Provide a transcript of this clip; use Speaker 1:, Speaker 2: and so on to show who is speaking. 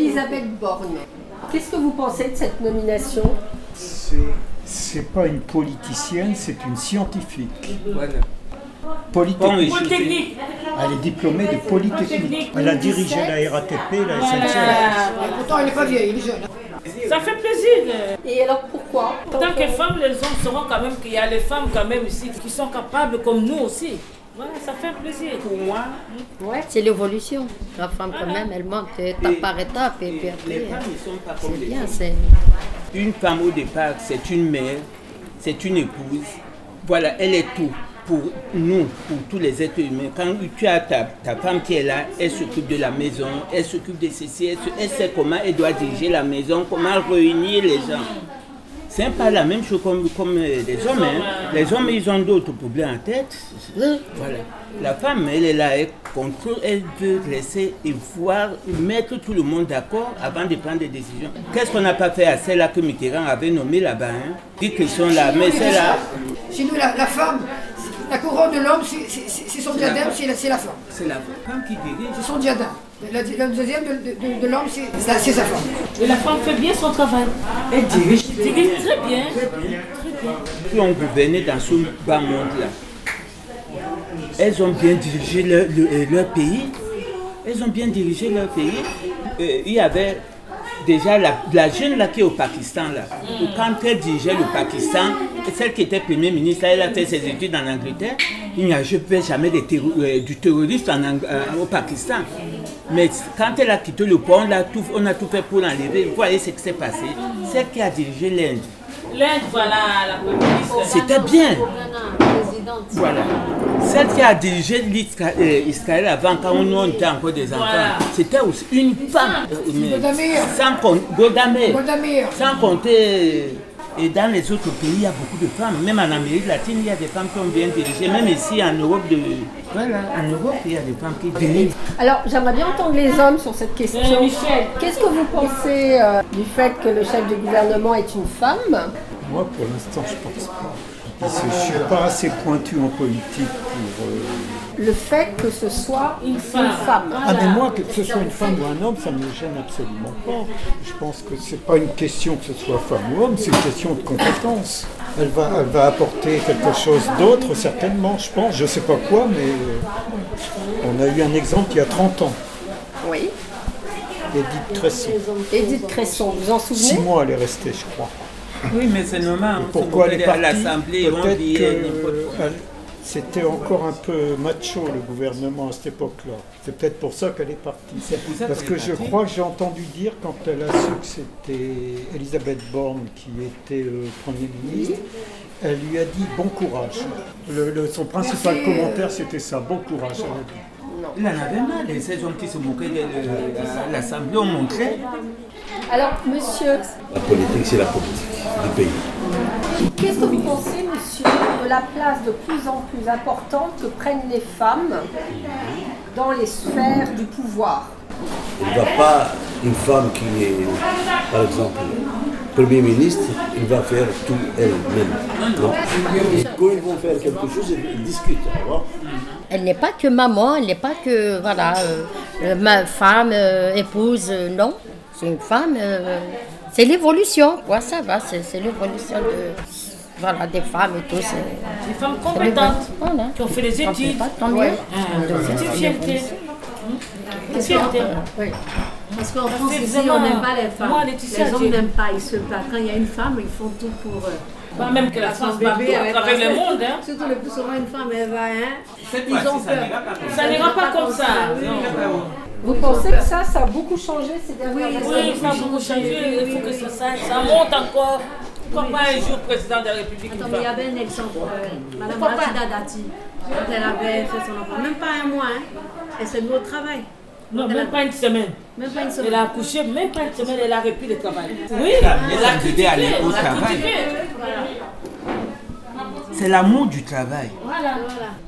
Speaker 1: Elisabeth Borne. Qu'est-ce que vous pensez de cette nomination
Speaker 2: C'est, c'est pas une politicienne, c'est une scientifique. Polytechnique.
Speaker 3: Polytechnique.
Speaker 2: Elle est diplômée de Polytechnique. Elle a dirigé la RATP, la SNCF.
Speaker 3: Voilà.
Speaker 4: Pourtant, il n'est pas vieux, il est jeune.
Speaker 3: Ça fait plaisir.
Speaker 1: Et alors pourquoi
Speaker 3: En tant que femme, les hommes sauront quand même qu'il y a les femmes quand même ici qui sont capables comme nous aussi. Voilà, ça fait plaisir pour moi.
Speaker 1: Ouais.
Speaker 5: C'est l'évolution. La femme, quand même, elle monte étape par étape. Et puis après,
Speaker 6: ne sont pas
Speaker 5: hein. c'est bien. c'est...
Speaker 6: Une femme au départ, c'est une mère, c'est une épouse. Voilà, elle est tout pour nous, pour tous les êtres humains. Quand tu as ta, ta femme qui est là, elle s'occupe de la maison, elle s'occupe de ceci, elle, se- elle sait comment elle doit diriger la maison, comment réunir les gens. C'est pas la même chose comme, comme euh, les hommes. hein. Les hommes, ils ont d'autres problèmes en tête. Voilà. La femme, elle est là, elle contrôle, elle veut laisser et voir, mettre tout le monde d'accord avant de prendre des décisions. Qu'est-ce qu'on n'a pas fait à celle-là que Mitterrand avait nommée là-bas hein? Dit qu'ils sont là, mais celle-là,
Speaker 4: Chez nous, la, la femme, la couronne de l'homme, c'est- c'est c'est son
Speaker 6: C'est la
Speaker 4: diadème,
Speaker 6: femme.
Speaker 4: c'est la, c'est la femme.
Speaker 6: c'est la femme qui dirige.
Speaker 4: C'est son diadème. La, la deuxième de, de- de- de l'homme, c'est c'est- c'est sa femme.
Speaker 3: Et la femme fait bien son travail.
Speaker 6: Elle dirige.
Speaker 3: Tu dis très bien.
Speaker 6: qui ont gouverné dans ce bas monde-là, elles ont bien dirigé leur, le- euh, leur pays. Elles ont bien dirigé leur pays. Euh, il y avait déjà la, la jeune là qui est au Pakistan là. Quand elle dirigeait le Pakistan, celle qui était première ministre, elle a fait ses études en Angleterre. Il n'y a je fais jamais de terro- euh, du terroriste en Ang- euh, au Pakistan. Mais quand elle a quitté le pont, on a tout, on a tout fait pour l'enlever. Vous voyez ce qui s'est passé. Celle qui a dirigé l'Inde,
Speaker 3: L'Inde, voilà la police.
Speaker 6: c'était bien.
Speaker 5: présidente.
Speaker 6: Voilà. Celle qui a dirigé l'Isra- euh, Israël avant, quand nous on était encore des enfants,
Speaker 3: Voilà.
Speaker 6: c'était aussi une femme. euh, mais
Speaker 4: Golda Meir.
Speaker 6: Sans, com- Golda Meir.
Speaker 4: Golda Meir.
Speaker 6: Sans compter. euh, Et dans les autres pays, il y a beaucoup de femmes. Même en Amérique latine, il y a des femmes qui ont bien dirigé. Même ici, en Europe, de... voilà, en Europe, il y a des femmes qui dirigent.
Speaker 1: Alors j'aimerais bien entendre les hommes sur cette question.
Speaker 3: Euh, Michel.
Speaker 1: Qu'est-ce que vous pensez euh, du fait que le chef du gouvernement est une femme
Speaker 2: Moi, pour l'instant, je pense pas. Parce que Je suis pas assez pointu en politique pour. euh,
Speaker 1: Le fait que ce soit une femme.
Speaker 2: Ah mais moi, que ce soit une femme ou un homme, ça ne me gêne absolument pas. Je pense que c'est pas une question que ce soit femme ou homme, c'est une question de compétence. Elle va, elle va apporter quelque chose d'autre, certainement, je pense. Je sais pas quoi, mais euh, on a eu un exemple il y a 30 ans,
Speaker 1: Oui.
Speaker 2: Edith Tresson.
Speaker 1: Edith Cresson, vous en
Speaker 2: Six
Speaker 1: souvenez
Speaker 2: mois, elle est restée, je crois.
Speaker 6: Oui, mais c'est normal.
Speaker 2: Pourquoi elle est
Speaker 6: à
Speaker 2: partie
Speaker 6: l'Assemblée, on
Speaker 2: Peut-être
Speaker 6: dit,
Speaker 2: que,
Speaker 6: euh, n'importe quoi.
Speaker 2: elle- C'était encore un peu macho le gouvernement à cette époque-là. C'est peut-être pour ça qu'elle est partie.
Speaker 6: pour ça
Speaker 2: Parce
Speaker 6: qu'elle
Speaker 2: que
Speaker 6: est
Speaker 2: je
Speaker 6: partie.
Speaker 2: crois que j'ai entendu dire quand elle a su que c'était Elisabeth Borne qui était euh, Premier ministre, elle lui a dit bon courage. Le- le- son principal commentaire c'était ça, bon courage. elle a dit.
Speaker 6: Il en avait marre. Les ces hommes qui se moquaient de euh, de l'Assemblée, on montrait.
Speaker 1: Alors monsieur,
Speaker 7: La politique, c'est la politique du pays.
Speaker 1: Qu'est-ce que vous pensez, monsieur, de la place de plus en plus importante que prennent les femmes dans les sphères du pouvoir
Speaker 7: Il ne va pas une femme qui est, par exemple, Premier ministre, il va faire tout elle-même. Non. Quand ils vont faire quelque chose, ils discutent. alors.
Speaker 5: Elle n'est pas que maman, elle n'est pas que, voilà, euh, euh, ma femme, euh, épouse, euh, non. C'est une femme, euh, c'est l'évolution, quoi, ça va, c'est, c'est l'évolution de, voilà, des femmes et tout. C'est,
Speaker 3: Des femmes compétentes
Speaker 5: Voilà.
Speaker 3: qui ont fait des
Speaker 5: Tant pis,
Speaker 3: études.
Speaker 5: pas, tant mieux.
Speaker 3: Ah, C'est une fierté. Une fierté.
Speaker 8: Parce qu'en France,
Speaker 3: fait
Speaker 8: ici,
Speaker 3: vraiment-
Speaker 8: on n'aime pas les femmes.
Speaker 3: Moi, Laetitia,
Speaker 8: les
Speaker 3: j'ai-
Speaker 8: hommes n'aiment pas, ils se battent. Quand il y a une femme, ils font tout pour. euh,
Speaker 3: Pas même que la
Speaker 8: son
Speaker 3: France partout à
Speaker 8: elle va-
Speaker 3: travers le monde. hein.
Speaker 8: Surtout le plus souvent, une femme, elle va. Hein,
Speaker 6: Cette
Speaker 8: ils ont
Speaker 6: fois-ci, ça
Speaker 8: peur.
Speaker 6: n'ira pas comme ça.
Speaker 3: Ça n'ira pas comme ça.
Speaker 8: Oui.
Speaker 3: non.
Speaker 1: Vous pensez que ça, ça a beaucoup changé ces dernières années
Speaker 3: Oui, ça a beaucoup changé. Il faut que ça, sache. ça monte encore. Pourquoi pas un jour président de la République une
Speaker 8: Attends, mais il y
Speaker 3: femme
Speaker 8: avait un exemple. euh, Madame
Speaker 3: Pourquoi pas
Speaker 8: Rachida Dati, quand elle avait fait son enfant, même pas un mois, hein, elle s'est mise au travail.
Speaker 3: Non, même pas une semaine.
Speaker 8: Même pas une semaine.
Speaker 3: Elle a accouché, même pas une semaine, elle a repris le travail. Oui,
Speaker 6: Elle
Speaker 3: elle
Speaker 6: a
Speaker 3: a
Speaker 6: aidé
Speaker 3: critiqué.
Speaker 6: à aller au
Speaker 3: On a
Speaker 6: travail.
Speaker 3: critiqué.
Speaker 6: C'est l'amour du travail.
Speaker 3: Voilà.
Speaker 8: Voilà.